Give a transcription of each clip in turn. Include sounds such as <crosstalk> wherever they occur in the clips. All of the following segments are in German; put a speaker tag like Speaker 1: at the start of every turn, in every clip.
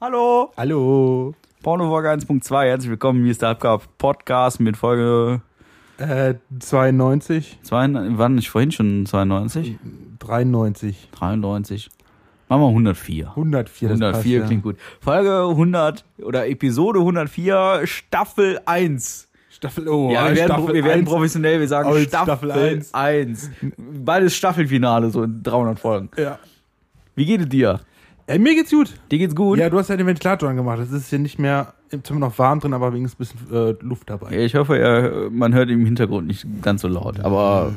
Speaker 1: Hallo,
Speaker 2: Hallo.
Speaker 1: Pornofolge 1.2, herzlich willkommen, hier ist der Abgabe-Podcast mit Folge
Speaker 2: Äh, 92,
Speaker 1: 92, waren nicht vorhin schon 92?
Speaker 2: Hm. 93,
Speaker 1: 93, machen wir 104.
Speaker 2: 104. das
Speaker 1: 104
Speaker 2: passt,
Speaker 1: klingt gut. Folge 100 oder Episode 104, Staffel 1.
Speaker 2: ja. Staffel O.
Speaker 1: Ja,
Speaker 2: äh,
Speaker 1: wir werden,
Speaker 2: Staffel
Speaker 1: wir werden
Speaker 2: eins.
Speaker 1: professionell, wir sagen
Speaker 2: Old
Speaker 1: Staffel,
Speaker 2: Staffel 1.
Speaker 1: 1. Beides Staffelfinale, so in 300 Folgen.
Speaker 2: ja.
Speaker 1: Wie geht es dir?
Speaker 2: Ey, Äh, mir geht's gut.
Speaker 1: Dir geht's gut?
Speaker 2: Ja, du hast ja den Ventilator angemacht. Es ist hier nicht mehr, jetzt haben wir noch warm drin, aber wenigstens ein bisschen äh, Luft dabei.
Speaker 1: Ich hoffe, er, man hört im Hintergrund nicht ganz so laut. Aber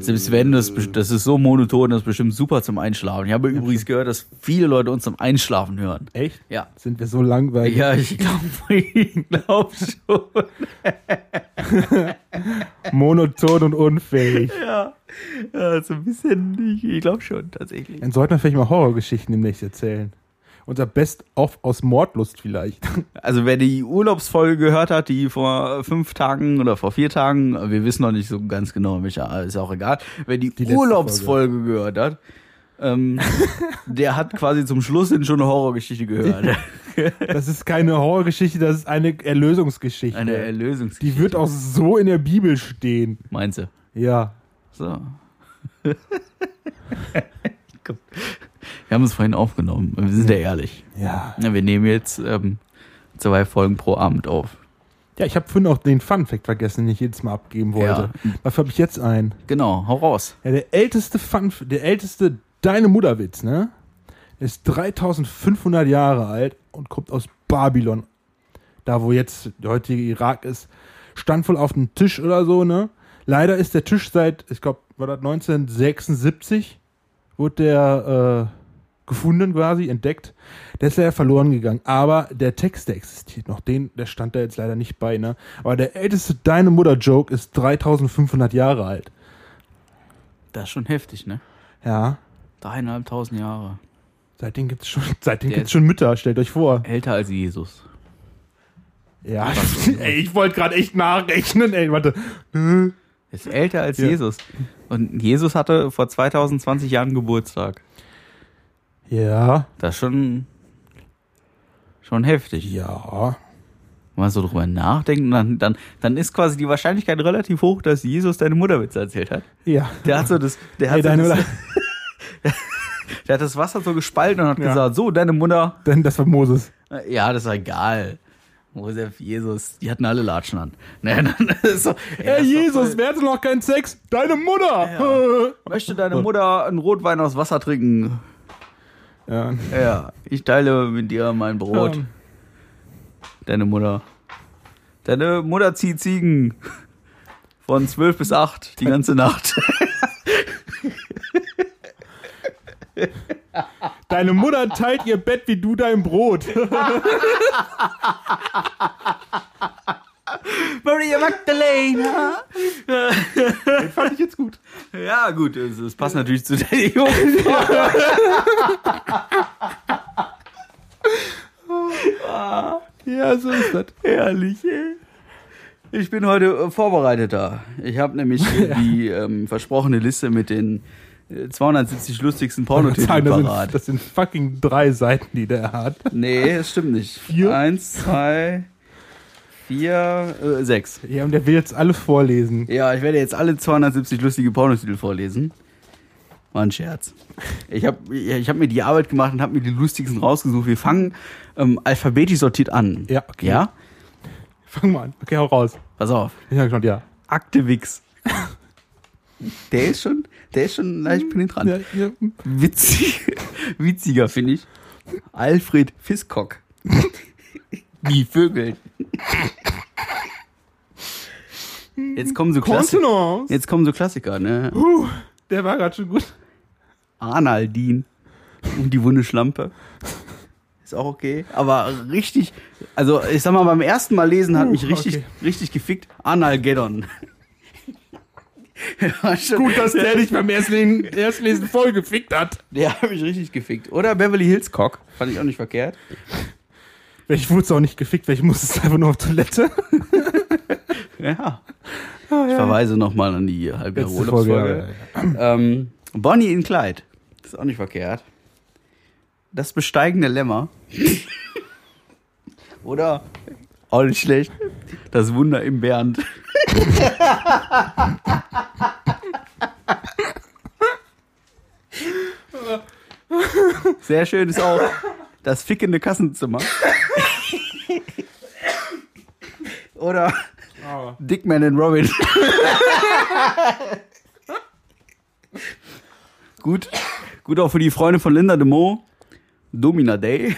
Speaker 1: selbst wenn, das, das ist so monoton, das ist bestimmt super zum Einschlafen. Ich habe übrigens gehört, dass viele Leute uns zum Einschlafen hören.
Speaker 2: Echt?
Speaker 1: Ja.
Speaker 2: Sind wir so langweilig?
Speaker 1: Ja, ich glaube <laughs> ich glaub schon.
Speaker 2: Monoton und unfähig.
Speaker 1: Ja. ja, so ein bisschen, ich, ich glaube schon, tatsächlich.
Speaker 2: Dann sollten wir vielleicht mal Horrorgeschichten demnächst erzählen. Unser Best-of aus Mordlust vielleicht.
Speaker 1: <laughs> Also wer die Urlaubsfolge gehört hat, die vor fünf Tagen oder vor vier Tagen, wir wissen noch nicht so ganz genau, welche, ist auch egal. Wer die,
Speaker 2: letzte
Speaker 1: Urlaubsfolge gehört hat, ähm, <laughs> der hat quasi zum Schluss hin schon eine Horrorgeschichte gehört.
Speaker 2: Das ist keine Horrorgeschichte, das ist eine Erlösungsgeschichte.
Speaker 1: Eine Erlösungsgeschichte.
Speaker 2: Die wird auch so in der Bibel stehen.
Speaker 1: Meinst du?
Speaker 2: Ja.
Speaker 1: <laughs> So. Gut. wir haben es vorhin aufgenommen. Wir sind ja ehrlich.
Speaker 2: Ja.
Speaker 1: Ja, Wir nehmen jetzt ähm, zwei Folgen pro Abend auf.
Speaker 2: Ja, ich habe vorhin auch den Fun Fact vergessen, den ich jedes Mal abgeben wollte. Dafür habe ich jetzt einen.
Speaker 1: Genau, hau raus.
Speaker 2: Ja, der älteste Fun, der älteste Deine Mutterwitz, ne? Ist 3500 Jahre alt und kommt aus Babylon. Da, wo jetzt der heutige Irak ist. Stand wohl auf dem Tisch oder so, ne? Leider ist der Tisch seit, ich glaube, war das 1976, wurde der äh, gefunden quasi, entdeckt. Der ist leider verloren gegangen. Aber der Text, der existiert noch, den, der stand da jetzt leider nicht bei, ne? Aber der älteste Deine Mutter-Joke ist 3500 Jahre alt.
Speaker 1: Das ist schon heftig, ne?
Speaker 2: Ja.
Speaker 1: Dreieinhalbtausend Jahre.
Speaker 2: Seitdem gibt's schon, <laughs> seitdem
Speaker 1: Der
Speaker 2: gibt's
Speaker 1: ist-
Speaker 2: schon Mütter, stellt euch vor.
Speaker 1: Älter als Jesus.
Speaker 2: Ja, <laughs> ey, ich wollte gerade echt nachrechnen, ey, warte.
Speaker 1: Er ist älter als
Speaker 2: Ja.
Speaker 1: Jesus. Und Jesus hatte vor 2020 Jahren Geburtstag.
Speaker 2: Ja,
Speaker 1: Das ist schon, schon heftig.
Speaker 2: ja.
Speaker 1: Wenn man so drüber nachdenkt, dann, dann, dann ist quasi die Wahrscheinlichkeit relativ hoch, dass Jesus deine Mutterwitze erzählt hat.
Speaker 2: Ja.
Speaker 1: Der hat so das, der hat,
Speaker 2: Ey,
Speaker 1: so
Speaker 2: deine,
Speaker 1: das,
Speaker 2: <laughs>
Speaker 1: der hat das Wasser so gespalten und hat
Speaker 2: Ja.
Speaker 1: gesagt, so, deine Mutter,
Speaker 2: denn das war Moses.
Speaker 1: äh, ja, das war egal. Josef, Jesus, die hatten alle Latschen an. <laughs> Ne, dann ist so, ey, das
Speaker 2: Ey,
Speaker 1: ist doch
Speaker 2: Jesus,
Speaker 1: voll-
Speaker 2: wer hatte noch keinen Sex? Deine Mutter!
Speaker 1: Möchte deine Mutter einen Rotwein aus Wasser trinken?
Speaker 2: <laughs> Ja.
Speaker 1: Ja, ich teile mit dir mein Brot.
Speaker 2: Ähm,
Speaker 1: Deine Mutter. Deine Mutter zieht Ziegen. Von 12 bis 8, die ganze
Speaker 2: <laughs>
Speaker 1: Nacht.
Speaker 2: Deine Mutter teilt ihr Bett wie du dein Brot. <laughs>
Speaker 1: Maria <laughs> Magdalena.
Speaker 2: Den fand ich jetzt gut.
Speaker 1: Ja, gut, es, es passt natürlich zu der jungen Frau.
Speaker 2: Ja, so ist das.
Speaker 1: Herrlich, ey. Ich bin heute äh, vorbereiteter. Ich habe
Speaker 2: <laughs>
Speaker 1: nämlich äh, die ähm, versprochene Liste mit den äh, 270 lustigsten Pornotiteln
Speaker 2: Sagen, das,
Speaker 1: parat.
Speaker 2: sind, <laughs> das sind fucking drei Seiten, die der hat.
Speaker 1: Nee, es stimmt nicht.
Speaker 2: Vier?
Speaker 1: Eins, zwei, vier, äh, sechs.
Speaker 2: Ja, und der will jetzt alle vorlesen.
Speaker 1: Ja, ich werde jetzt alle 270 lustige Pornotitel vorlesen. War ein Scherz. Ich habe ich hab mir die Arbeit gemacht und habe mir die lustigsten rausgesucht. Wir fangen ähm, alphabetisch sortiert an.
Speaker 2: Ja, okay.
Speaker 1: Ja?
Speaker 2: Fang mal an. Okay, hau raus.
Speaker 1: Pass auf.
Speaker 2: Ich hab geschaut, ja.
Speaker 1: Akte Wix. <laughs> Der ist schon, der ist schon leicht penetrant.
Speaker 2: ja, ja.
Speaker 1: Witzig, <laughs> witziger finde ich. Alfred Fiskok. Die Vögel. Jetzt kommen so Klassiker.
Speaker 2: Kontenance.
Speaker 1: Jetzt kommen so Klassiker, ne?
Speaker 2: Puh, der war gerade schon gut.
Speaker 1: Arnaldin und um die wunde Schlampe. Ist auch okay. Aber richtig, also ich sag mal, beim ersten Mal lesen hat
Speaker 2: Uh,
Speaker 1: mich richtig,
Speaker 2: okay.
Speaker 1: richtig gefickt. Analgeddon. <laughs>
Speaker 2: Gut, dass der dich beim Erstlesen, <laughs> Erstlesen voll gefickt hat.
Speaker 1: Der hat mich richtig gefickt. Oder Beverly Hills Cock. Fand ich auch nicht verkehrt.
Speaker 2: Ich wurde es auch nicht gefickt, weil ich musste es einfach nur auf Toilette.
Speaker 1: Ja. Ich verweise nochmal an die halbe
Speaker 2: Letzte
Speaker 1: Urlaubsfolge. Ähm, Bonnie in Kleid. Ist auch nicht verkehrt. Das Besteigen der Lämmer. <laughs> Oder? Auch nicht schlecht. Das Wunder im Bernd. Sehr schön ist auch das fickende <laughs> Kassenzimmer. Oder
Speaker 2: Aber
Speaker 1: Dickman and Robin. gut, gut auch für die Freunde von Linda de Mo. Domina Day.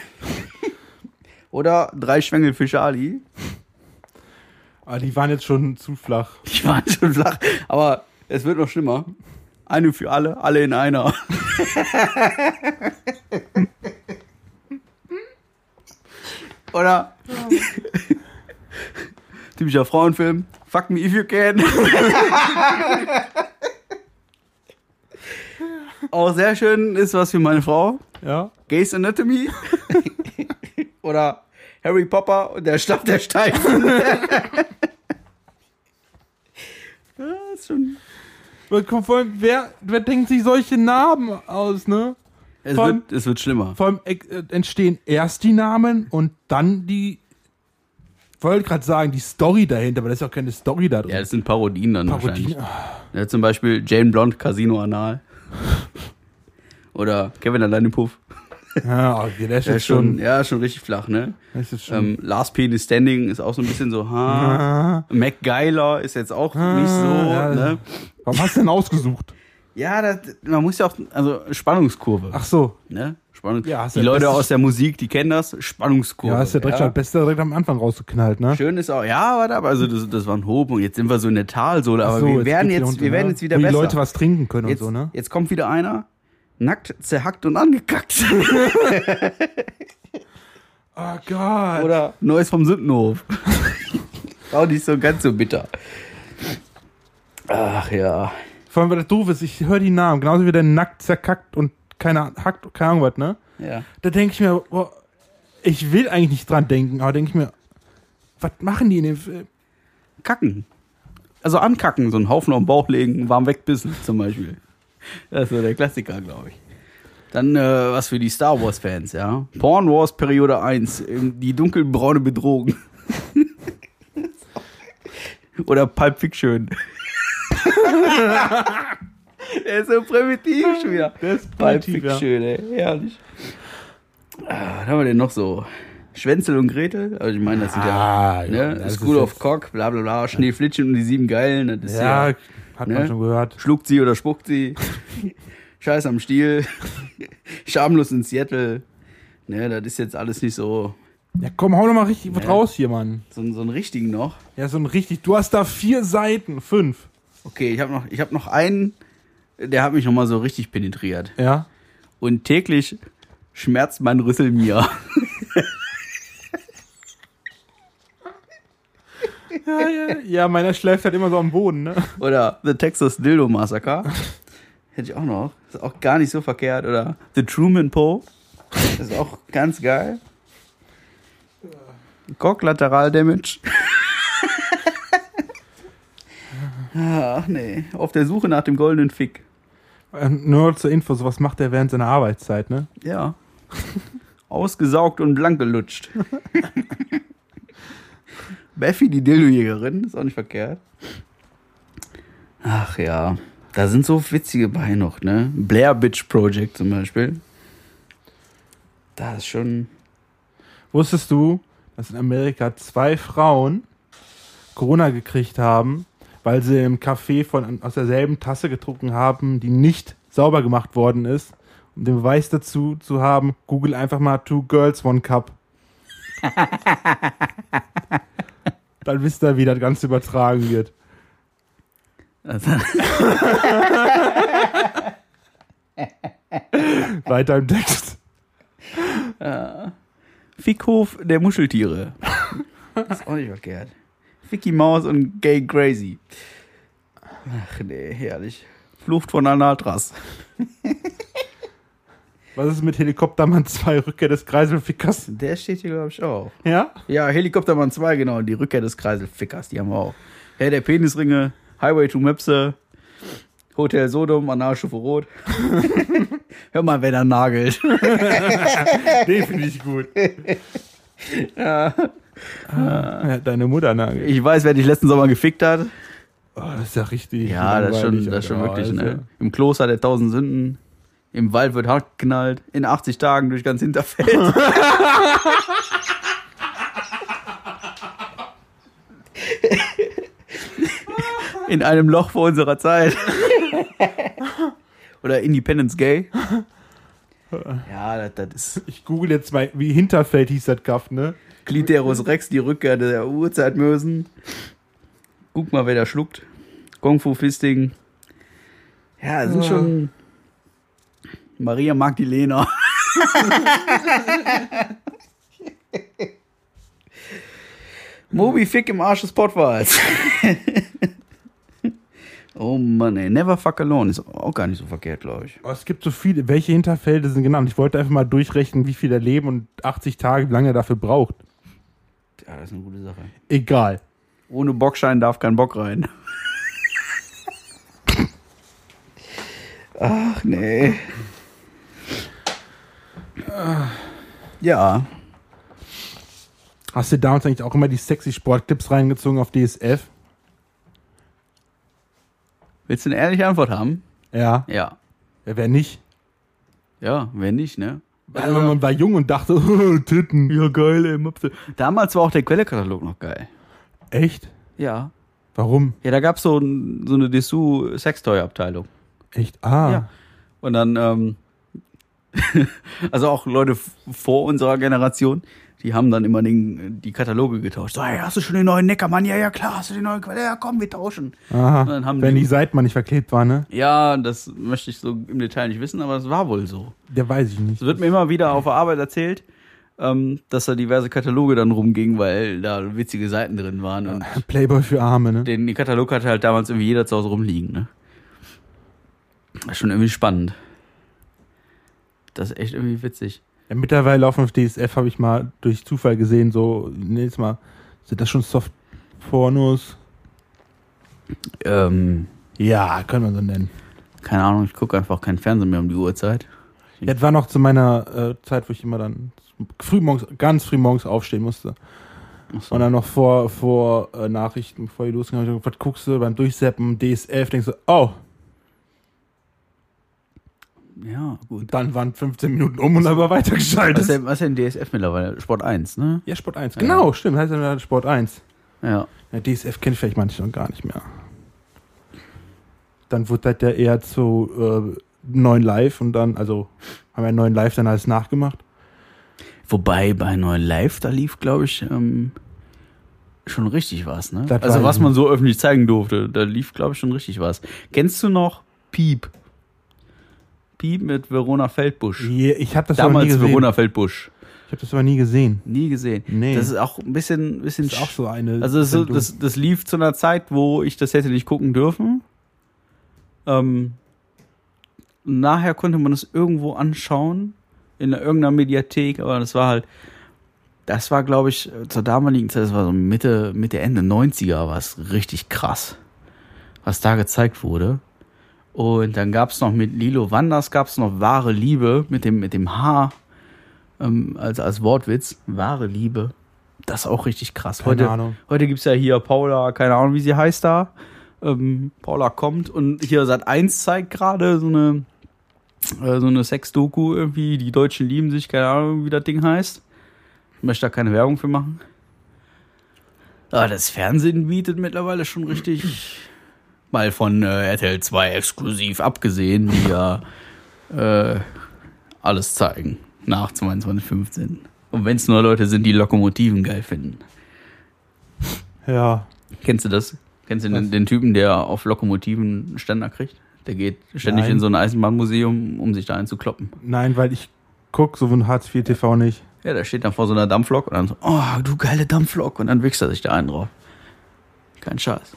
Speaker 1: Oder drei Schwengel für Charlie.
Speaker 2: Ah, die waren jetzt schon zu flach.
Speaker 1: Die waren schon flach, aber es wird noch schlimmer. Eine für alle, alle in einer. Oder? Typischer Frauenfilm. Fuck me if you can. Auch sehr schön ist was für meine Frau.
Speaker 2: Ja.
Speaker 1: Gays Anatomy. <laughs> Oder Harry Popper und der Schlaf der Steifen. <laughs> ja, ist schon
Speaker 2: Aber komm, Vor allem, wer, wer denkt sich solche Namen aus, ne?
Speaker 1: Es
Speaker 2: Vor allem-
Speaker 1: wird, es wird schlimmer.
Speaker 2: Vor allem äh, entstehen erst die Namen und dann die. Ich wollte gerade sagen, die Story dahinter, aber da ist ja auch keine Story da drin.
Speaker 1: Ja, es sind Parodien dann
Speaker 2: Parodie.
Speaker 1: wahrscheinlich. Ja, zum Beispiel Jane Blonde, Casino Anal. Oder Kevin allein im Puff.
Speaker 2: <laughs> Ja, okay, der ist
Speaker 1: Ja,
Speaker 2: jetzt schon.
Speaker 1: ja, schon richtig flach, ne?
Speaker 2: Der ist jetzt schon.
Speaker 1: Ähm, Last Penis Standing ist auch so ein bisschen so, ha. <laughs>
Speaker 2: Ah,
Speaker 1: Mac Geiler ist jetzt auch ähm, nicht so,
Speaker 2: ja.
Speaker 1: ne?
Speaker 2: warum hast du denn ausgesucht?
Speaker 1: Ja, das, man muss ja auch, also Spannungskurve,
Speaker 2: Ach so.
Speaker 1: ne? Spannung.
Speaker 2: Ja, hast
Speaker 1: die
Speaker 2: ja
Speaker 1: Leute
Speaker 2: das-
Speaker 1: aus der Musik, die kennen das, Spannungskurve.
Speaker 2: Ja, hast du direkt schon das Beste direkt am Anfang rausgeknallt, ne?
Speaker 1: Schön ist auch, ja, warte, aber also das, das war ein Hob und jetzt sind wir so in der Talsohle, aber
Speaker 2: Ach so,
Speaker 1: wir, werden
Speaker 2: geht's
Speaker 1: jetzt,
Speaker 2: hier unten,
Speaker 1: wir werden
Speaker 2: ne?
Speaker 1: jetzt wieder
Speaker 2: Wo die
Speaker 1: besser.
Speaker 2: Leute was trinken können
Speaker 1: jetzt,
Speaker 2: und so, ne?
Speaker 1: jetzt kommt wieder einer, nackt, zerhackt und
Speaker 2: <laughs>
Speaker 1: angekackt.
Speaker 2: Oh Gott.
Speaker 1: Oder Neues vom
Speaker 2: <laughs>
Speaker 1: Sündenhof. auch nicht so ganz so bitter. Ach ja.
Speaker 2: Vor allem, weil das doof ist, ich höre die Namen, genauso wie der nackt zerkackt und keiner hackt, keine Ahnung was, ne?
Speaker 1: ja.
Speaker 2: Da denke ich mir, boah, ich will eigentlich nicht dran denken, aber denke ich mir, was machen die in dem Film?
Speaker 1: Kacken. Also ankacken, so einen Haufen auf den Bauch legen, warm wegbissen zum Beispiel. Das ist so der Klassiker, glaube ich. Dann äh, was für die Star Wars-Fans, ja. Porn Wars Periode 1, ähm, die dunkelbraune Bedrohung. <laughs> Oder Pulp Fiction. <laughs> der ist so primitiv schon wieder.
Speaker 2: Der ist
Speaker 1: Pulp
Speaker 2: primitiv, ja.
Speaker 1: Fiction, ey. Herrlich. Ah, was haben wir denn noch so? Schwänzel und Gretel? Also ich meine, das sind ja
Speaker 2: Ah,
Speaker 1: ne?
Speaker 2: das
Speaker 1: School
Speaker 2: ist
Speaker 1: of Cock, bla bla bla, Schneeflittchen und die sieben Geilen, das
Speaker 2: jetzt-
Speaker 1: ist ja,
Speaker 2: Ja, hat man
Speaker 1: Ne?
Speaker 2: schon gehört.
Speaker 1: schluckt sie oder spuckt
Speaker 2: <laughs>
Speaker 1: sie, Scheiß am Stiel, <laughs> schamlos in Seattle, ne, das ist jetzt alles nicht so,
Speaker 2: Ja, komm, hau doch mal richtig was
Speaker 1: Ne?
Speaker 2: raus hier, Mann.
Speaker 1: so, so einen richtigen noch.
Speaker 2: Ja, so ein richtig, du hast da vier Seiten, fünf.
Speaker 1: Okay, ich habe noch, ich hab noch einen, der hat mich nochmal so richtig penetriert. <laughs>
Speaker 2: Ja.
Speaker 1: Und täglich schmerzt mein Rüssel mir.
Speaker 2: Ja, ja, ja, meiner schläft halt immer so am Boden, ne?
Speaker 1: Oder <laughs> The Texas Dildo Massacre. Hätte ich auch noch. Ist auch gar nicht so verkehrt. Oder The Truman Poe. Ist auch ganz geil. Cock Lateral Damage. Ach nee. Auf der Suche nach dem goldenen Fick.
Speaker 2: Ähm, nur zur Info, sowas macht er während seiner Arbeitszeit, ne?
Speaker 1: Ja. <laughs> Ausgesaugt und blank <laughs> gelutscht. Beffy, die Dildojägerin, ist auch nicht verkehrt. Ach ja, da sind so witzige bei noch, ne? Blair Bitch Project zum Beispiel. Da ist schon. <laughs>
Speaker 2: Wusstest du, dass in Amerika zwei Frauen Corona gekriegt haben, weil sie im Café von, aus derselben Tasse getrunken haben, die nicht sauber gemacht worden ist? Um den Beweis dazu zu haben, google einfach mal Two Girls, One Cup. Dann wisst ihr, wie das Ganze übertragen wird.
Speaker 1: Also,
Speaker 2: Weiter im Text.
Speaker 1: Fickhof der Muscheltiere. ist auch nicht verkehrt. Ficky Maus und Gay Crazy. Ach nee, herrlich. Flucht von Anatras.
Speaker 2: Was ist mit Helikoptermann 2, Rückkehr des Kreiselfickers?
Speaker 1: Der steht hier, glaube ich, auch.
Speaker 2: Ja?
Speaker 1: Ja, Helikoptermann 2, genau. Die Rückkehr des Kreiselfickers, die haben wir auch. Herr der Penisringe, Highway to Möpse, Hotel Sodom, Anarcho für Rot. <laughs> Hör mal, wenn er nagelt. <laughs>
Speaker 2: Den finde ich gut. Ah. Ja, deine Mutter nagelt.
Speaker 1: Ich weiß, wer dich letzten Sommer gefickt hat.
Speaker 2: Oh, das ist ja richtig.
Speaker 1: Ja, das ist schon,
Speaker 2: langweilig,
Speaker 1: das ist schon
Speaker 2: Alter.
Speaker 1: wirklich,
Speaker 2: Also,
Speaker 1: ne? Im Kloster der tausend Sünden. Im Wald wird hart geknallt. In 80 Tagen durch ganz Hinterfeld. <laughs> in einem Loch vor unserer Zeit. <laughs> Oder Independence Gay. Ja, das, das ist
Speaker 2: Ich google jetzt mal, wie Hinterfeld hieß das Kaff, ne?
Speaker 1: Gliterus Rex, die Rückkehr der Urzeitmösen. Guck mal, wer da schluckt. Kung Fu Fisting. Ja, das sind
Speaker 2: Ja.
Speaker 1: schon. Maria mag die Lena. <laughs> Moby Fick im Arsch des Pottwals. <laughs> oh Mann, ey. Never fuck alone. Ist auch gar nicht so verkehrt, glaube ich.
Speaker 2: Oh, es gibt so viele. Welche Hinterfelde sind genannt? Ich wollte einfach mal durchrechnen, wie viel er leben und 80 Tage, wie lange er dafür braucht.
Speaker 1: Ja, das ist eine gute Sache.
Speaker 2: Egal.
Speaker 1: Ohne Bockschein darf kein Bock rein. Ach nee. Ja.
Speaker 2: Hast du damals eigentlich auch immer die sexy Sportclips reingezogen auf DSF?
Speaker 1: Willst du eine ehrliche Antwort haben?
Speaker 2: Ja.
Speaker 1: Ja.
Speaker 2: ja wer nicht?
Speaker 1: Ja, wenn nicht, ne?
Speaker 2: Also, man war jung und dachte, <laughs> oh, Titten. Ja, geil, ey, Möpse.
Speaker 1: Damals war auch der Quellekatalog noch geil.
Speaker 2: Echt?
Speaker 1: Ja.
Speaker 2: Warum?
Speaker 1: Ja, da gab's so, ein- so eine Dessous-Sextoy-Abteilung.
Speaker 2: Echt? Ah.
Speaker 1: Ja. Und dann, ähm, <laughs> also auch Leute f- vor unserer Generation, die haben dann immer den, die Kataloge getauscht. So, hey, hast du schon den neuen Neckermann? Ja, ja, klar, hast du den neuen Quelle? Ja, komm, wir tauschen.
Speaker 2: Aha.
Speaker 1: Und dann haben
Speaker 2: Wenn
Speaker 1: die-
Speaker 2: die Seitmann nicht verklebt war, ne?
Speaker 1: Ja, das möchte ich so im Detail nicht wissen, aber es war wohl so.
Speaker 2: Der weiß
Speaker 1: <laughs>
Speaker 2: ich nicht.
Speaker 1: Es wird mir immer wieder auf der Arbeit erzählt, ähm, dass da diverse Kataloge dann rumgingen, weil da witzige Seiten drin waren.
Speaker 2: <laughs>
Speaker 1: Und
Speaker 2: Playboy für Arme, ne?
Speaker 1: den Katalog hatte halt damals irgendwie jeder zu Hause rumliegen, ne? Das ist schon irgendwie spannend. Das ist echt irgendwie witzig.
Speaker 2: Ja, mittlerweile laufen auf DSF, habe ich mal durch Zufall gesehen, so, nächstes Mal, sind das schon Soft-Pornos?
Speaker 1: Ähm,
Speaker 2: Ja, können wir so nennen.
Speaker 1: keine Ahnung, ich gucke einfach keinen Fernsehen mehr um die Uhrzeit.
Speaker 2: Ja, Das war noch zu meiner äh, Zeit, wo ich immer dann früh morgens, ganz früh morgens aufstehen musste.
Speaker 1: Achso.
Speaker 2: Und dann noch vor, vor äh, Nachrichten, bevor die losgingen, hab ich gesagt, was guckst du beim Durchseppen, DSF, denkst du, oh,
Speaker 1: Ja, gut.
Speaker 2: dann waren 15 Minuten um und dann war
Speaker 1: Was ist,
Speaker 2: weitergeschaltet.
Speaker 1: denn, was ist denn DSF mittlerweile? Sport 1, ne?
Speaker 2: Ja, Sport 1,
Speaker 1: Ja.
Speaker 2: genau, stimmt, heißt dann Sport 1.
Speaker 1: Ja.
Speaker 2: Ja, DSF kennt vielleicht manche noch gar nicht mehr. Dann wurde das ja eher zu äh, 9 Live und dann, also haben wir 9 Live dann alles nachgemacht.
Speaker 1: Wobei bei Neu Live, da lief, glaube ich, ähm, schon richtig was, ne?
Speaker 2: Das
Speaker 1: also
Speaker 2: weiß
Speaker 1: was
Speaker 2: ich
Speaker 1: man so öffentlich zeigen durfte, da lief, glaube ich, schon richtig was. Kennst du noch Piep? Piep mit Verona Feldbusch.
Speaker 2: Je- Ich habe das
Speaker 1: Damals
Speaker 2: aber nie gesehen.
Speaker 1: Verona Feldbusch.
Speaker 2: Ich habe das aber nie gesehen.
Speaker 1: Nie gesehen.
Speaker 2: Nee.
Speaker 1: Das ist auch ein bisschen, bisschen
Speaker 2: Das ist auch so eine.
Speaker 1: Also das, so,
Speaker 2: Sendung.
Speaker 1: das, das lief zu einer Zeit, wo ich das hätte nicht gucken dürfen. Ähm, nachher konnte man das irgendwo anschauen, in irgendeiner Mediathek, aber das war halt, das war, glaube ich, zur damaligen Zeit, das war so Mitte, Mitte, Ende 90er, war es richtig krass, was da gezeigt wurde. Und dann gab es noch mit Lilo Wanders, gab es noch wahre Liebe mit dem, mit dem H, ähm, also als Wortwitz, wahre Liebe. Das ist auch richtig krass.
Speaker 2: Keine
Speaker 1: Heute,
Speaker 2: Ahnung.
Speaker 1: Heute gibt es ja hier Paula, keine Ahnung, wie sie heißt da. Ähm, Paula kommt und hier seit 1 zeigt gerade so eine, äh, so eine Sex-Doku irgendwie. Die Deutschen lieben sich, keine Ahnung, wie das Ding heißt. Ich möchte da keine Werbung für machen. Aber das Fernsehen bietet mittlerweile schon richtig. Mal von äh, RTL 2 exklusiv abgesehen, die ja äh, alles zeigen. Nach 22.15. Und wenn es nur Leute sind, die Lokomotiven geil finden.
Speaker 2: ja.
Speaker 1: Kennst du das? Kennst du den, den Typen, der auf Lokomotiven einen Ständer kriegt? Der geht ständig
Speaker 2: Nein.
Speaker 1: in so ein Eisenbahnmuseum, um sich da einzukloppen.
Speaker 2: Nein, weil ich guck so ein Hartz IV TV nicht.
Speaker 1: Ja, der steht dann vor so einer Dampflok und dann so, oh, du geile Dampflok. Und dann wächst er sich da einen drauf. Kein Scheiß.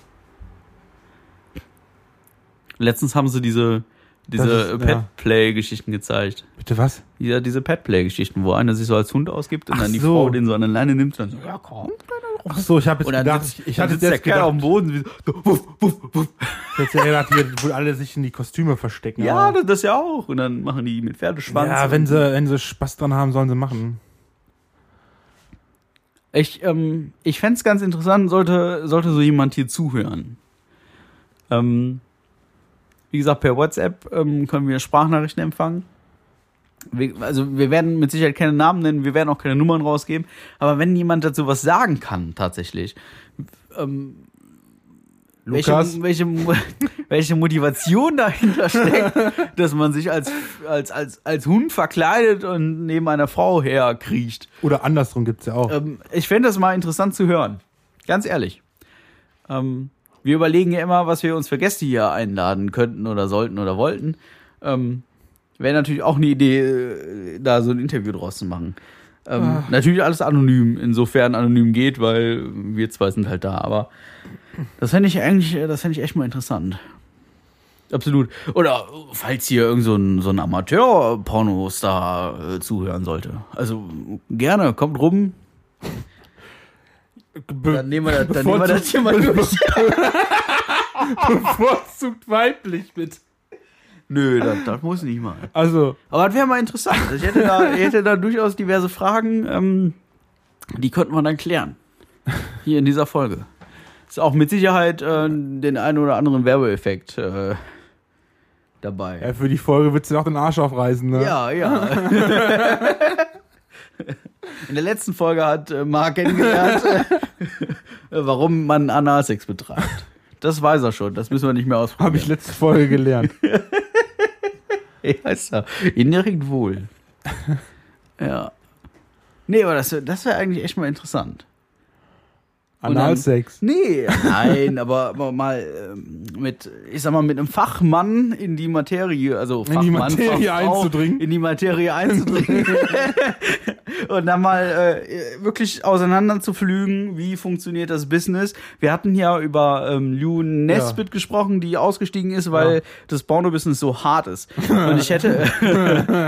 Speaker 1: Letztens haben sie diese, diese
Speaker 2: ist- ja.
Speaker 1: Pet-Play-Geschichten gezeigt.
Speaker 2: Bitte was?
Speaker 1: Ja, diese Pet-Play-Geschichten, wo einer sich so als Hund ausgibt und
Speaker 2: Ach
Speaker 1: dann die
Speaker 2: so.
Speaker 1: Frau den so an der Leine nimmt und dann so, ja komm.
Speaker 2: Ach so, ich habe jetzt
Speaker 1: Und dann
Speaker 2: gedacht,
Speaker 1: sitzt,
Speaker 2: ich, ich
Speaker 1: dann
Speaker 2: hatte
Speaker 1: sitzt der
Speaker 2: jetzt
Speaker 1: Kerl auf
Speaker 2: gedacht,
Speaker 1: dem Boden wie so, wuff, wuff, wuff.
Speaker 2: ich hätte ja gedacht, hier wohl alle sich in die Kostüme verstecken.
Speaker 1: Ja,
Speaker 2: aber-
Speaker 1: das, das ja auch. Und dann machen die mit Pferdeschwanz.
Speaker 2: ja, wenn sie, wenn sie Spaß dran haben, sollen sie machen.
Speaker 1: Ich, ähm, ich fänd's ganz interessant, sollte, sollte so jemand hier zuhören. Ähm, wie gesagt, per WhatsApp ähm, können wir Sprachnachrichten empfangen. Wir, also wir werden mit Sicherheit keine Namen nennen, wir werden auch keine Nummern rausgeben. Aber wenn jemand dazu was sagen kann, tatsächlich, ähm,
Speaker 2: Lukas,
Speaker 1: welche, welche, Mo- <laughs> welche Motivation dahinter steckt, dass man sich als, als, als, als Hund verkleidet und neben einer Frau herkriecht.
Speaker 2: oder andersrum gibt's ja auch.
Speaker 1: Ähm, ich fände das mal interessant zu hören. Ganz ehrlich. Ähm, wir überlegen ja immer, was wir uns für Gäste hier einladen könnten oder sollten oder wollten. Ähm, Wäre natürlich auch eine Idee, äh, da so ein Interview draus zu machen. Ähm, natürlich alles anonym, insofern anonym geht, weil wir zwei sind halt da. Aber das fände ich eigentlich, äh, das fände ich echt mal interessant. Absolut. Oder falls hier irgend so ein, so ein Amateur-Pornostar äh, zuhören sollte. Also gerne, kommt rum,
Speaker 2: Be-
Speaker 1: dann nehmen wir das, dann nehmen wir
Speaker 2: bevorzugt-
Speaker 1: das hier mal durch.
Speaker 2: <laughs> bevorzugt weiblich mit.
Speaker 1: Nö, das, das muss nicht mal.
Speaker 2: Also,
Speaker 1: Aber das wäre mal interessant. Also Ich hätte da, ich hätte da durchaus diverse Fragen, ähm, die könnten wir dann klären. Hier in dieser Folge. Ist auch mit Sicherheit äh, den einen oder anderen Werbeeffekt äh, dabei.
Speaker 2: ja, äh, für die Folge wird's dir noch den Arsch aufreißen, ne?
Speaker 1: Ja, ja. <laughs> In der letzten Folge hat äh, Marc kennengelernt, äh, warum man Analsex betreibt. Das weiß er schon, das müssen wir nicht mehr ausprobieren.
Speaker 2: Habe ich letzte
Speaker 1: <laughs>
Speaker 2: Folge gelernt.
Speaker 1: Ja, ist er. Indirekt wohl. <laughs> ja. Nee, aber das, wär- das wäre eigentlich echt mal interessant. dann-
Speaker 2: Analsex.
Speaker 1: Nee, nein, aber, aber mal ähm, mit, ich sag mal, mit einem Fachmann in die Materie, also
Speaker 2: die
Speaker 1: Fachmann,
Speaker 2: Materie
Speaker 1: Fachfrau,
Speaker 2: einzudringen.
Speaker 1: In die Materie
Speaker 2: <laughs>
Speaker 1: einzudringen. Und dann mal äh, wirklich auseinanderzuflügen, wie funktioniert das Business. Wir hatten ja über ähm, Lou Nesbitt gesprochen, die ausgestiegen ist, weil
Speaker 2: Ja.
Speaker 1: das Porno-Business so hart ist. Und ich
Speaker 2: <laughs>
Speaker 1: hätte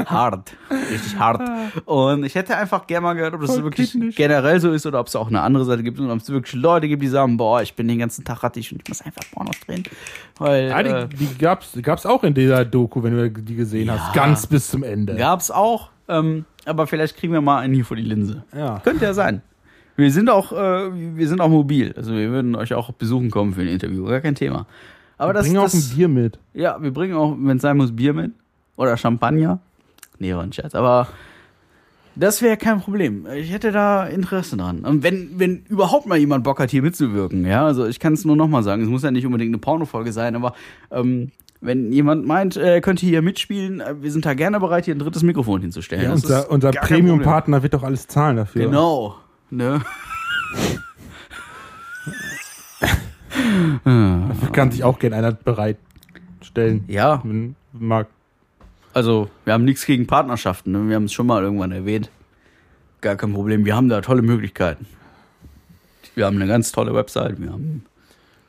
Speaker 1: hart, richtig hart. Und ich hätte einfach gerne mal gehört, ob das
Speaker 2: Voll
Speaker 1: wirklich
Speaker 2: kindisch.
Speaker 1: generell so ist oder ob es auch eine andere Seite gibt und ob es wirklich Leute gibt, die sagen, boah, ich bin den ganzen Tag rattig und ich muss einfach Pornos drehen. Weil,
Speaker 2: Ja,
Speaker 1: äh,
Speaker 2: Ah, die, die gab's, die gab's auch in dieser Doku, wenn du die gesehen hast. Ganz bis zum Ende.
Speaker 1: äh, Gab's auch, ähm, aber vielleicht kriegen wir mal einen hier vor die Linse.
Speaker 2: Ja.
Speaker 1: Könnte ja sein. Wir sind auch, äh, wir sind auch mobil. Also wir würden euch auch besuchen kommen für ein Interview, gar kein Thema. Aber das,
Speaker 2: Bring auch ein
Speaker 1: das
Speaker 2: Bier mit.
Speaker 1: ja, wir bringen auch, wenn es sein muss, Bier mit oder Champagner. Nee, war ein Scherz. Aber das wäre kein Problem. Ich hätte da Interesse dran. Und wenn, wenn überhaupt mal jemand Bock hat, hier mitzuwirken, ja, also ich kann es nur nochmal sagen, es muss ja nicht unbedingt eine Pornofolge sein, aber ähm, wenn jemand meint, äh, könnte hier mitspielen, äh, wir sind da gerne bereit, hier ein drittes Mikrofon hinzustellen.
Speaker 2: Ja,
Speaker 1: Das
Speaker 2: unser
Speaker 1: ist
Speaker 2: unser
Speaker 1: gar kein Problem.
Speaker 2: Premium-Partner wird doch alles zahlen dafür.
Speaker 1: Genau. Ne?
Speaker 2: Dafür kann sich auch gerne einer bereitstellen.
Speaker 1: Ja,
Speaker 2: Wenn mag.
Speaker 1: Also, wir haben nichts gegen Partnerschaften, ne? wir haben es schon mal irgendwann erwähnt. Gar kein Problem, wir haben da tolle Möglichkeiten. Wir haben eine ganz tolle Website, wir haben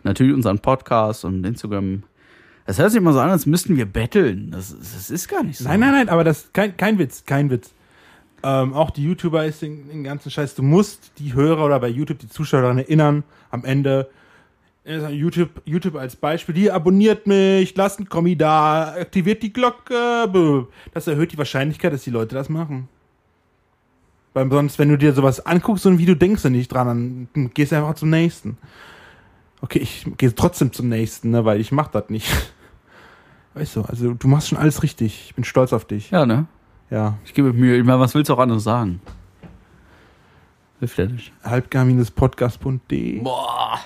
Speaker 1: natürlich unseren Podcast und Instagram. Das hört sich immer so an, als müssten wir betteln. Das, das ist gar nicht so.
Speaker 2: Nein, nein, nein, aber das kein, kein Witz, kein Witz. Ähm, auch die YouTuber ist den, den ganzen Scheiß. Du musst die Hörer oder bei YouTube die Zuschauer daran erinnern, am Ende. äh, YouTube, YouTube als Beispiel, die abonniert mich, lasst einen Kommi da, aktiviert die Glocke. bäh. Das erhöht die Wahrscheinlichkeit, dass die Leute das machen. Weil sonst, wenn du dir sowas anguckst, so ein Video, denkst du nicht dran, dann gehst du einfach zum nächsten. Okay, ich gehe trotzdem zum nächsten, ne, weil ich mach das nicht. <laughs> Weißt du, also du machst schon alles richtig. Ich bin stolz auf dich.
Speaker 1: Ja, ne?
Speaker 2: Ja.
Speaker 1: Ich gebe mir, ich meine, was willst du auch anderes sagen? Hilft ja nicht.
Speaker 2: halbgar-podcast.de.
Speaker 1: Boah!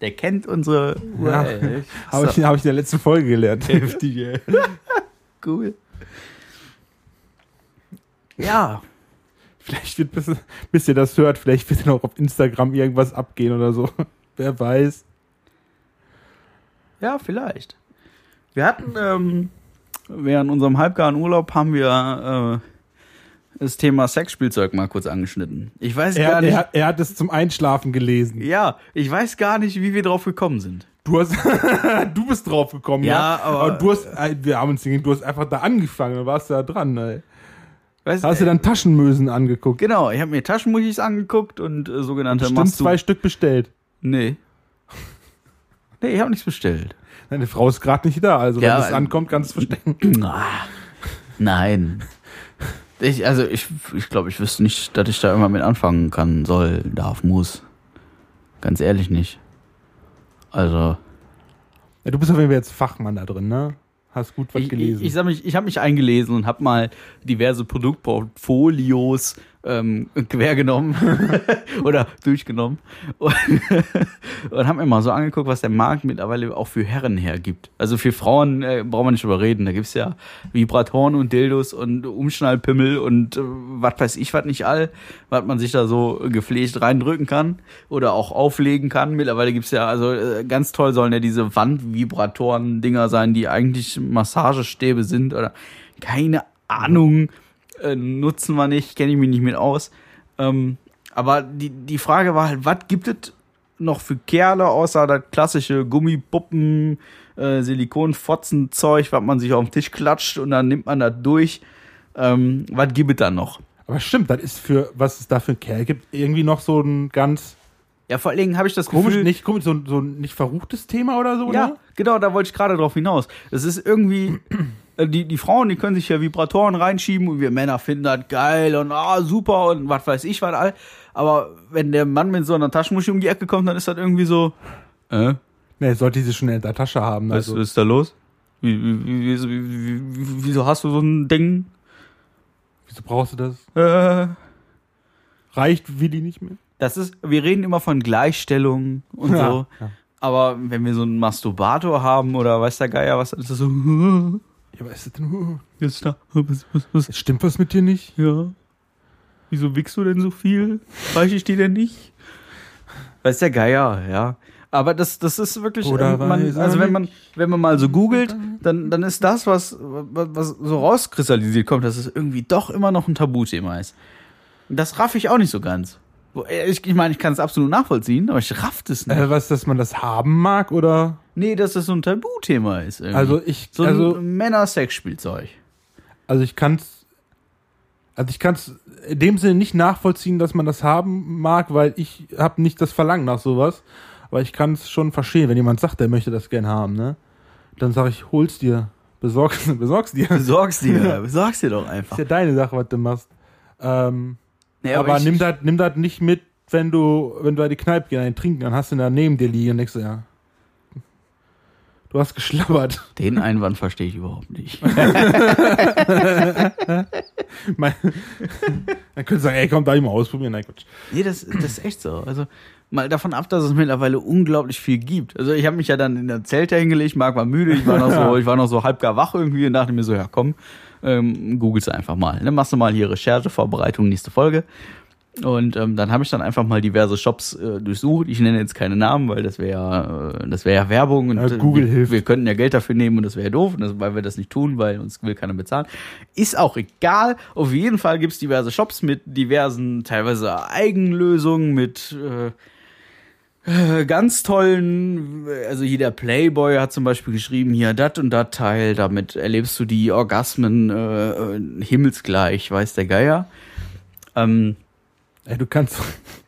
Speaker 1: Der kennt unsere.
Speaker 2: Ja.
Speaker 1: Ey,
Speaker 2: Habe ich, hab ich in der letzten
Speaker 1: <laughs>
Speaker 2: Folge gelernt.
Speaker 1: Heftig, ey. cool. Ja,
Speaker 2: <laughs> Vielleicht wird, bis, bis ihr das hört, vielleicht wird dann auch auf Instagram irgendwas abgehen oder so. <laughs> Wer weiß.
Speaker 1: ja, vielleicht. Wir hatten ähm, während unserem halbgaren Urlaub haben wir äh, das Thema Sexspielzeug mal kurz angeschnitten. Ich weiß gar
Speaker 2: Er,
Speaker 1: nicht.
Speaker 2: er, er hat es zum Einschlafen gelesen.
Speaker 1: ja, ich weiß gar nicht, wie wir drauf gekommen sind.
Speaker 2: Du, hast, <laughs> du bist drauf gekommen, ja.
Speaker 1: Ja, aber-
Speaker 2: du hast, äh, wir haben uns den- du hast einfach da angefangen, da warst du da dran. Ey.
Speaker 1: Weißt,
Speaker 2: Da hast du
Speaker 1: äh,
Speaker 2: dann Taschenmösen angeguckt.
Speaker 1: genau, ich habe mir Taschenmuschis angeguckt und äh, sogenannte
Speaker 2: Stimmt,
Speaker 1: Mastur-
Speaker 2: zwei Stück bestellt. <laughs>
Speaker 1: Nee. Nee, ich habe nichts bestellt.
Speaker 2: Deine Frau ist gerade nicht da, also
Speaker 1: Ja, äh,
Speaker 2: wenn es
Speaker 1: aber-
Speaker 2: ankommt, kannst du es verstecken.
Speaker 1: Ah, Nein. Ich, also ich, ich glaube, ich wüsste nicht, dass ich da irgendwann mit anfangen kann, soll, darf, muss. Ganz ehrlich nicht. Also,
Speaker 2: Ja, du bist auf jeden Fall jetzt Fachmann da drin, ne? Hast gut was
Speaker 1: ich,
Speaker 2: gelesen.
Speaker 1: ich, ich, sag mich- ich habe mich eingelesen und habe mal diverse Produktportfolios ähm, quer genommen <laughs> oder durchgenommen und, und habe mir mal so angeguckt, was der Markt mittlerweile auch für Herren hergibt. Also für Frauen äh, braucht man nicht drüber reden. Da gibt's ja Vibratoren und Dildos und Umschnallpimmel und äh, was weiß ich, was nicht all, was man sich da so gepflegt reindrücken kann oder auch auflegen kann. Mittlerweile gibt's ja, also äh, ganz toll sollen ja diese Wandvibratoren-Dinger sein, die eigentlich Massagestäbe sind oder keine Ahnung, äh, nutzen wir nicht, kenne ich mich nicht mit aus. Ähm, aber die, die Frage war halt, was gibt es noch für Kerle außer das klassische Gummipuppen, äh, Silikonfotzen-Zeug, was man sich auf den Tisch klatscht und dann nimmt man das durch. Ähm, was gibt es da noch?
Speaker 2: Aber stimmt, das ist für, was es da für einen Kerl gibt, irgendwie noch so ein ganz
Speaker 1: Ja, vor allen Dingen habe ich das
Speaker 2: komisch,
Speaker 1: Gefühl,
Speaker 2: nicht komisch, so, ein- so ein nicht verruchtes Thema oder so,
Speaker 1: Ja,
Speaker 2: ne?
Speaker 1: genau, da wollte ich gerade drauf hinaus. Es ist <clears throat> irgendwie, äh, die, die Frauen, die können sich ja Vibratoren reinschieben und wir Männer finden das geil und ah, super und was weiß ich, was all. Aber wenn der Mann mit so einer Taschenmuschi um die Ecke kommt, dann ist das irgendwie so, äh,
Speaker 2: Ne, sollte diese schon in der Tasche haben.
Speaker 1: was
Speaker 2: Also.
Speaker 1: ist da los? Wie, wie, wie, wie, wie, wieso hast du so ein Ding?
Speaker 2: Wieso brauchst du das?
Speaker 1: Äh,
Speaker 2: Reicht Willi nicht mehr?
Speaker 1: das ist, wir reden immer von Gleichstellung und
Speaker 2: Ja,
Speaker 1: so.
Speaker 2: ja.
Speaker 1: Aber wenn wir so einen Masturbator haben oder weiß der Geier was, dann ist das so, <laughs>
Speaker 2: Ja, aber ist das denn, <laughs>
Speaker 1: jetzt da, was, was, was,
Speaker 2: es stimmt was mit dir nicht?
Speaker 1: Ja. Wieso wickst du denn so viel? Weiß ich dir denn nicht? Weiß der Geier, ja. Aber das, das ist wirklich,
Speaker 2: Oder
Speaker 1: ähm, man,
Speaker 2: weiß er
Speaker 1: also wenn man, wenn man mal so googelt, dann, dann ist das, was, was was so rauskristallisiert kommt, dass es irgendwie doch immer noch ein Tabuthema ist. Das raff ich auch nicht so ganz. Wo- äh, Ich, ich meine, ich kann es absolut nachvollziehen, aber ich raff das nicht.
Speaker 2: Äh, was, dass man das haben mag oder?
Speaker 1: nee, dass das so ein Tabuthema ist. Irgendwie.
Speaker 2: Also ich,
Speaker 1: so
Speaker 2: also,
Speaker 1: ein Männer-Sex-Spielzeug.
Speaker 2: also ich kann's, also ich kann's in dem Sinne nicht nachvollziehen, dass man das haben mag, weil ich habe nicht das Verlangen nach sowas. Aber ich kann's schon verstehen, wenn jemand sagt, der möchte das gern haben, ne? Dann sage ich, hol's dir, besorg's, <laughs> besorg's dir. Ist
Speaker 1: Besorgst <laughs> dir, besorgst dir doch einfach.
Speaker 2: ja deine Sache, was du machst. Ähm,
Speaker 1: Nee,
Speaker 2: aber
Speaker 1: ich-
Speaker 2: nimm das, nimm das nicht mit, wenn du, wenn du in die Kneipe gehst, einen trinken, dann hast du ihn da neben dir liegen und denkst, dir, ja. Du hast geschlabbert.
Speaker 1: Den Einwand verstehe ich überhaupt nicht. <laughs>
Speaker 2: Mein, dann könntest du sagen, ey, komm, darf ich mal ausprobieren? Nein, Quatsch.
Speaker 1: nee, das, das ist echt so. Also mal davon ab, dass es mittlerweile unglaublich viel gibt. Also ich habe mich ja dann in der Zelte hingelegt, Marc war müde, ich war noch so, ich war noch so halb gar wach irgendwie und dachte mir so, ja komm, ähm, googelst einfach mal. Dann machst du mal hier Recherche, Vorbereitung, nächste Folge. Und ähm, dann habe ich dann einfach mal diverse Shops äh, durchsucht. Ich nenne jetzt keine Namen, weil das wäre ja, äh, das wäre ja Werbung und
Speaker 2: Ja,
Speaker 1: äh,
Speaker 2: Google
Speaker 1: wir,
Speaker 2: hilft.
Speaker 1: wir könnten ja Geld dafür nehmen und das wäre ja doof, und das, weil wir das nicht tun, weil uns will keiner bezahlen. Ist auch egal. Auf jeden Fall gibt es diverse Shops mit diversen, teilweise Eigenlösungen, mit äh, äh, ganz tollen, also hier der Playboy hat zum Beispiel geschrieben, hier dat und dat Teil, damit erlebst du die Orgasmen äh, äh, himmelsgleich, weiß der Geier. Ähm,
Speaker 2: Ey, du kannst,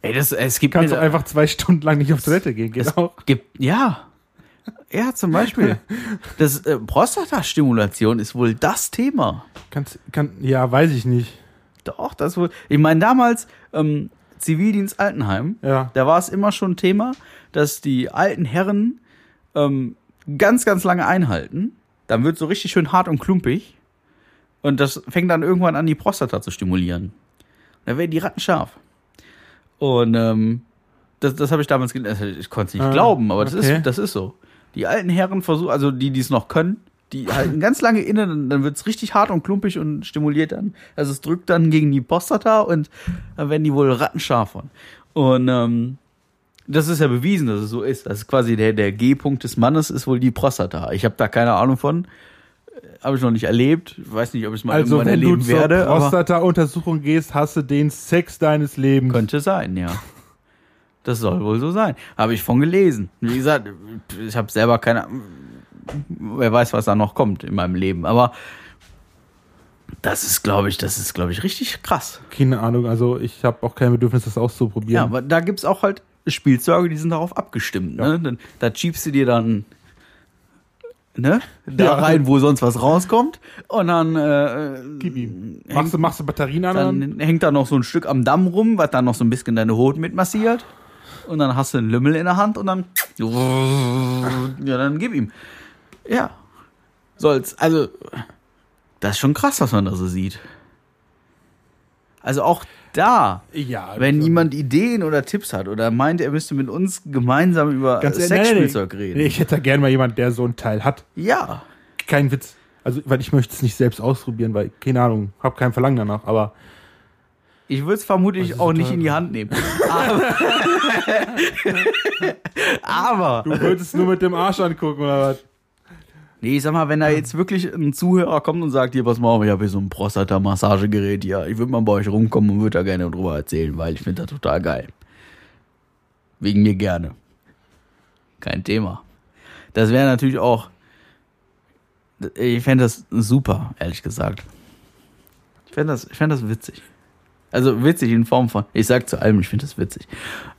Speaker 1: ey, das, es gibt
Speaker 2: kannst
Speaker 1: mir
Speaker 2: doch
Speaker 1: da-
Speaker 2: einfach zwei Stunden lang nicht auf Toilette gehen, geht
Speaker 1: es
Speaker 2: auch.
Speaker 1: gibt, ja. Ja, zum
Speaker 2: <laughs>
Speaker 1: Beispiel. Das äh, Prostatastimulation ist wohl das Thema.
Speaker 2: Kannst, kann, ja, weiß ich nicht.
Speaker 1: Doch, das wohl. Ich meine, damals ähm, Zivildienst Altenheim,
Speaker 2: Ja.
Speaker 1: da war es immer schon Thema, dass die alten Herren ähm, ganz, ganz lange einhalten. Dann wird so richtig schön hart und klumpig. Und das fängt dann irgendwann an, die Prostata zu stimulieren. Da werden die Ratten scharf. Und ähm, das, das habe ich damals gelesen. Also, Ich konnte es nicht
Speaker 2: Ah,
Speaker 1: glauben, aber das,
Speaker 2: okay.
Speaker 1: ist, das ist so. Die alten Herren versuchen, also die, die es noch können, die halten ganz lange inne, dann, dann wird es richtig hart und klumpig und stimuliert dann. Also es drückt dann gegen die Prostata und dann werden die wohl rattenscharf von. Und ähm, das ist ja bewiesen, dass es so ist. Das ist quasi der, der G-Punkt des Mannes ist wohl die Prostata. Ich habe da keine Ahnung von. Habe ich noch nicht erlebt. Weiß nicht, ob ich es mal
Speaker 2: Also,
Speaker 1: irgendwann
Speaker 2: wenn du
Speaker 1: erleben
Speaker 2: zur
Speaker 1: werde. aber-
Speaker 2: Prostata-Untersuchung gehst, hast du den Sex deines Lebens.
Speaker 1: könnte sein, ja. Das soll wohl so sein. Habe ich von gelesen. Wie gesagt, ich habe selber keine. Ahnung. Wer weiß, was da noch kommt in meinem Leben. Aber das ist, glaube ich, das ist, glaube ich, richtig krass.
Speaker 2: Keine Ahnung, also ich habe auch kein Bedürfnis, das
Speaker 1: Ja,
Speaker 2: auszuprobieren.
Speaker 1: aber da gibt es auch halt Spielzeuge, die sind darauf abgestimmt. Ne? Dann, da schiebst du dir dann ne? Da
Speaker 2: Ja.
Speaker 1: rein, wo sonst was rauskommt. Und dann, äh,
Speaker 2: Gib ihm. Machst du, machst du Batterien an? Dann,
Speaker 1: dann hängt da noch so ein Stück am Damm rum, was dann noch so ein bisschen deine Hoden mitmassiert. Und dann hast du einen Lümmel in der Hand und dann. Ja, dann gib ihm. Ja. Soll's. Also, das ist schon krass, was man da so sieht. Also auch da,
Speaker 2: ja.
Speaker 1: wenn
Speaker 2: also-
Speaker 1: jemand Ideen oder Tipps hat oder meint, er müsste mit uns gemeinsam über
Speaker 2: Ganz ehrlich,
Speaker 1: Sexspielzeug
Speaker 2: nee, nee,
Speaker 1: reden.
Speaker 2: nee, ich hätte da gerne mal jemand, der so einen Teil hat.
Speaker 1: Ja.
Speaker 2: Kein Witz. Also, weil ich möchte es nicht selbst ausprobieren, weil, keine Ahnung, habe kein Verlangen danach, aber
Speaker 1: Ich würde es vermutlich
Speaker 2: ist
Speaker 1: auch
Speaker 2: so
Speaker 1: nicht
Speaker 2: teuer?
Speaker 1: in die Hand nehmen. <laughs> Aber,
Speaker 2: <laughs>
Speaker 1: aber
Speaker 2: du würdest nur mit dem Arsch angucken oder was?
Speaker 1: Nee, ich sag mal, wenn da jetzt wirklich ein Zuhörer kommt und sagt, hier, pass mal auf, ich habe hier so ein Prostata-Massagegerät, ja, ich würde mal bei euch rumkommen und würde da gerne drüber erzählen, weil ich finde das total geil. Wegen mir gerne. Kein Thema. Das wäre natürlich auch, ich fände das super, ehrlich gesagt. Ich fände das, ich fänd das witzig. Also witzig in Form von, ich sag zu allem, ich finde das witzig.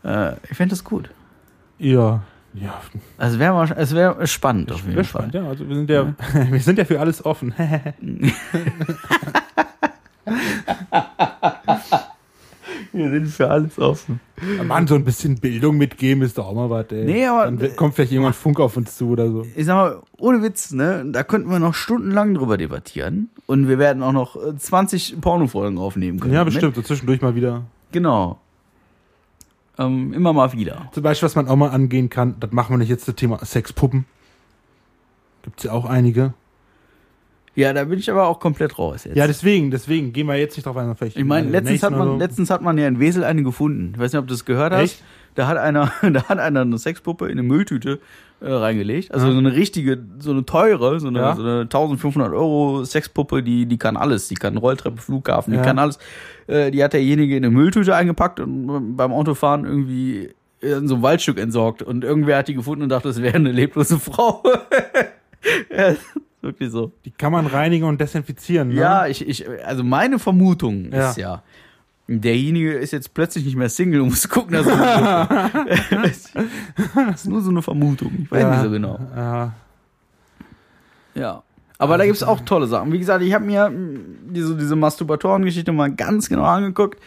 Speaker 1: Äh, ich fände das gut.
Speaker 2: Ja. Ja,
Speaker 1: Also wär mal, es wäre spannend auf jeden
Speaker 2: wäre
Speaker 1: Fall.
Speaker 2: spannend, ja. Also, wir sind ja, <laughs> wir sind ja für alles offen. <laughs>
Speaker 1: Wir sind für alles offen.
Speaker 2: Mann, so ein bisschen Bildung mitgeben ist doch auch mal was, ey.
Speaker 1: Nee, aber-
Speaker 2: Dann wird- kommt vielleicht irgendwann Funk auf uns zu oder so.
Speaker 1: ich sag mal, ohne Witz, ne, da könnten wir noch stundenlang drüber debattieren und wir werden auch noch äh, 20 Pornofolgen aufnehmen können.
Speaker 2: Ja,
Speaker 1: ne?
Speaker 2: bestimmt, so zwischendurch mal wieder.
Speaker 1: Genau. Ähm, immer mal wieder.
Speaker 2: Zum Beispiel, was man auch mal angehen kann, das machen wir nicht jetzt zum Thema Sexpuppen. Gibt's ja auch einige.
Speaker 1: Ja, da bin ich aber auch komplett raus jetzt.
Speaker 2: Ja, deswegen, deswegen gehen wir jetzt nicht drauf ein. Vielleicht
Speaker 1: ich meine,
Speaker 2: in der
Speaker 1: letztens hat,
Speaker 2: nächsten
Speaker 1: man,
Speaker 2: oder so.
Speaker 1: letztens hat man ja in Wesel eine gefunden. Ich weiß nicht, ob du das gehört hast.
Speaker 2: Echt?
Speaker 1: Da hat einer, <laughs> da hat einer eine Sexpuppe in eine Mülltüte äh, reingelegt. Also so eine richtige, so eine teure, so eine,
Speaker 2: Ja.
Speaker 1: so eine 1500 Euro Sexpuppe, die, die kann alles. Die kann Rolltreppe, Flughafen,
Speaker 2: Ja.
Speaker 1: die kann alles. Äh, die hat derjenige in eine Mülltüte eingepackt und beim Autofahren irgendwie äh, in so ein Waldstück entsorgt. Und irgendwer hat die gefunden und dachte, es wäre eine leblose Frau. <laughs> ja, wirklich so.
Speaker 2: Die kann man reinigen und desinfizieren, ne?
Speaker 1: Ja, ich, ich, also meine Vermutung ist ja, derjenige ist jetzt plötzlich nicht mehr Single und muss gucken, dass er
Speaker 2: <laughs>
Speaker 1: <laughs> Das ist nur so eine Vermutung. Ich weiß
Speaker 2: Ja.
Speaker 1: nicht so genau.
Speaker 2: Ja.
Speaker 1: Ja. Aber
Speaker 2: Also
Speaker 1: da gibt's auch tolle Sachen. Wie gesagt, ich habe mir mh, diese, diese Masturbatoren-Geschichte mal ganz genau angeguckt.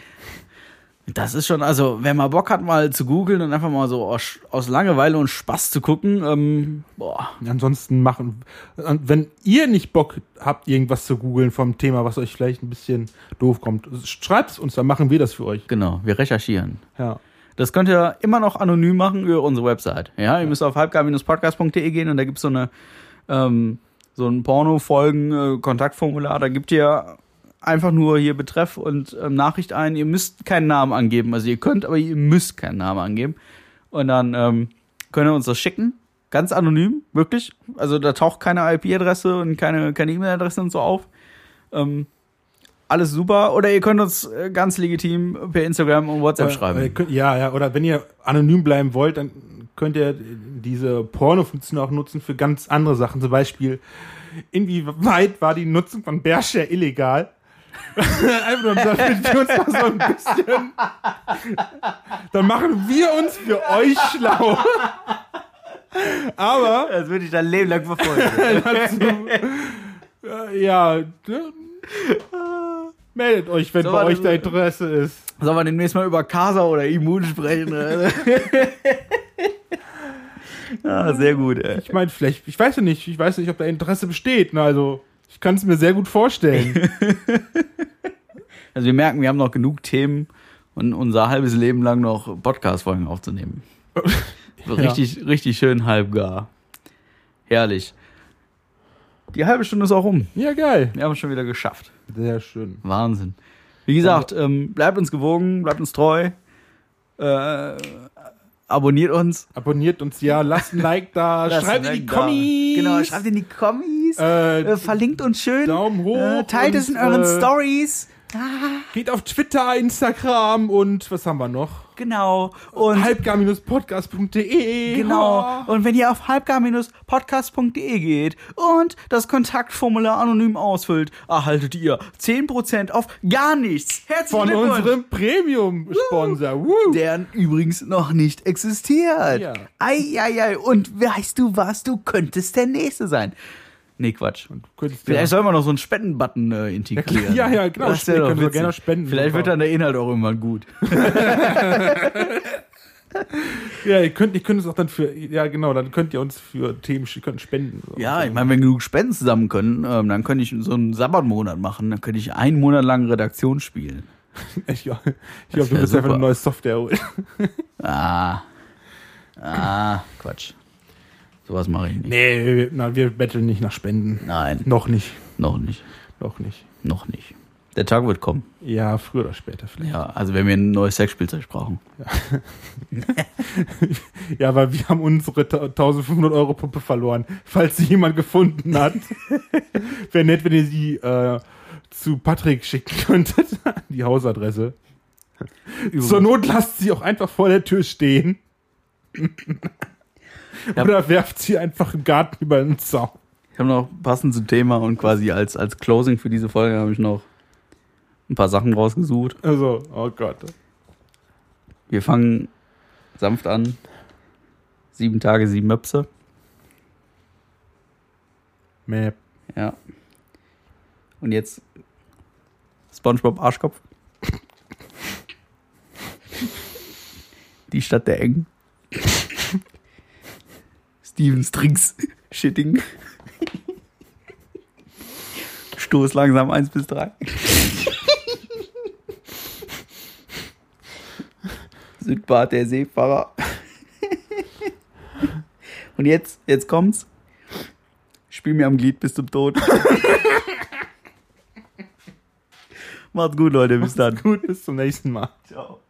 Speaker 1: Das ist schon, also, wer mal Bock hat, mal zu googeln und einfach mal so aus, aus Langeweile und Spaß zu gucken, ähm, boah.
Speaker 2: Ansonsten machen, und wenn ihr nicht Bock habt, irgendwas zu googeln vom Thema, was euch vielleicht ein bisschen doof kommt, schreibt es uns, dann machen wir das für euch.
Speaker 1: Genau, wir recherchieren.
Speaker 2: Ja.
Speaker 1: Das könnt ihr immer noch anonym machen über unsere Website. Ja, ihr müsst auf halbgar-podcast.de gehen und da gibt so es ähm, so ein Porno-Folgen-Kontaktformular. Da gibt ihr einfach nur hier Betreff und ähm, Nachricht ein. Ihr müsst keinen Namen angeben. Also ihr könnt, aber ihr müsst keinen Namen angeben. Und dann ähm, könnt ihr uns das schicken. Ganz anonym, wirklich. Also da taucht keine IP-Adresse und keine keine E-Mail-Adresse und so auf. Ähm, alles super. Oder ihr könnt uns äh, ganz legitim per Instagram und WhatsApp schreiben.
Speaker 2: Äh, könnt- Ja, ja, oder wenn ihr anonym bleiben wollt, dann könnt ihr diese Porno-Funktion auch nutzen für ganz andere Sachen. Zum Beispiel, inwieweit war die Nutzung von Bärschär illegal? <laughs> Einfach nur, damit wir uns mal so ein bisschen. Dann machen wir uns für euch schlau. Aber
Speaker 1: Das würde ich dein Leben lang verfolgen.
Speaker 2: dazu, <laughs> äh, ja, ne? meldet euch, wenn
Speaker 1: So,
Speaker 2: bei
Speaker 1: warte,
Speaker 2: euch da Interesse ist.
Speaker 1: <laughs> Sollen wir demnächst mal über Casa oder Immun sprechen? <laughs> oder? ja, Ah, sehr gut, ey.
Speaker 2: Ich meine, vielleicht, ich weiß ja nicht, ich weiß nicht, ob da Interesse besteht. Na, also, ich kann es mir sehr gut vorstellen.
Speaker 1: Also wir merken, wir haben noch genug Themen und unser halbes Leben lang noch Podcast-Folgen <laughs> aufzunehmen. So richtig, richtig schön halbgar. Herrlich. Die halbe Stunde ist auch um.
Speaker 2: <laughs> ja, geil.
Speaker 1: Wir haben es schon wieder geschafft.
Speaker 2: Sehr schön.
Speaker 1: Wahnsinn. Wie gesagt, ähm, bleibt uns gewogen, bleibt uns treu. Äh, abonniert uns.
Speaker 2: Abonniert uns ja, lasst ein Like da,
Speaker 1: Lasst
Speaker 2: schreibt
Speaker 1: ein
Speaker 2: in die
Speaker 1: Like da.
Speaker 2: Kommis.
Speaker 1: Genau, schreibt in die Kommis.
Speaker 2: äh,
Speaker 1: Äh, verlinkt uns schön.
Speaker 2: Daumen hoch
Speaker 1: Äh, teilt es in
Speaker 2: und,
Speaker 1: euren
Speaker 2: äh,
Speaker 1: Stories.
Speaker 2: Geht auf Twitter, Instagram und was haben wir noch?
Speaker 1: Genau. Und
Speaker 2: halbgar-podcast.de.
Speaker 1: genau. Und wenn ihr auf halbgar-podcast.de geht und das Kontaktformular anonym ausfüllt, erhaltet ihr 10% auf gar nichts. Herzlichen
Speaker 2: Von
Speaker 1: Glückwunsch.
Speaker 2: unserem Premium-Sponsor. Woo.
Speaker 1: der übrigens noch nicht existiert.
Speaker 2: Ja.
Speaker 1: Ei, ei, ei. Und weißt du was? Du könntest der Nächste sein. Nee, Quatsch.
Speaker 2: Könntest du-
Speaker 1: Vielleicht sollen wir noch so einen Spendenbutton äh, integrieren.
Speaker 2: <laughs> Ja, ja, genau.
Speaker 1: Das wär doch
Speaker 2: Können wir
Speaker 1: witzig.
Speaker 2: gerne spenden.
Speaker 1: Vielleicht wird dann der Inhalt auch irgendwann gut.
Speaker 2: Ja, ihr könnt, ihr könnt es auch dann für, ja genau, dann könnt ihr uns für Themen, ihr könnt spenden.
Speaker 1: Ja, ich meine, wenn genug Spenden zusammen können, ähm, dann könnte ich so einen Sabbatmonat machen. Dann könnte ich einen Monat lang Redaktion spielen.
Speaker 2: <laughs> Ich, ich hoffe, du
Speaker 1: wär
Speaker 2: wirst einfach
Speaker 1: super.
Speaker 2: eine neue Software holen.
Speaker 1: Ah. Ah, Quatsch. Sowas mache ich nicht.
Speaker 2: <laughs> Nee, wir- na, wir betteln nicht nach Spenden.
Speaker 1: Nein,
Speaker 2: Noch nicht,
Speaker 1: noch nicht.
Speaker 2: noch nicht.
Speaker 1: Noch nicht. Der Tag wird kommen.
Speaker 2: Ja, früher oder später vielleicht.
Speaker 1: Ja, also wenn wir ein neues Sexspielzeug brauchen.
Speaker 2: Ja, weil wir haben unsere ta- 1500 Euro Puppe verloren, falls sie jemand gefunden <laughs> hat. Wäre nett, wenn ihr sie äh, zu Patrick schicken könntet, <laughs> an die Hausadresse. Zur Not lasst sie auch einfach vor der Tür stehen.
Speaker 1: Ja.
Speaker 2: Oder werft sie einfach im Garten über den Zaun.
Speaker 1: Ich habe noch passend zum Thema und quasi als, als Closing für diese Folge habe ich noch ein paar Sachen rausgesucht.
Speaker 2: Also, oh Gott.
Speaker 1: Wir fangen sanft an. Sieben Tage, sieben Möpse.
Speaker 2: Map.
Speaker 1: Ja. Und jetzt SpongeBob Arschkopf. Die Stadt der Engen. <laughs> Stevens Drinks Shitting. Stoß langsam 1 bis 3. Südbad der Seefahrer. Und jetzt, jetzt kommt's. Spiel mir am Glied bis zum <laughs> Tod. Macht's gut, Leute. Bis dann.
Speaker 2: Gut, bis zum nächsten Mal.
Speaker 1: Ciao.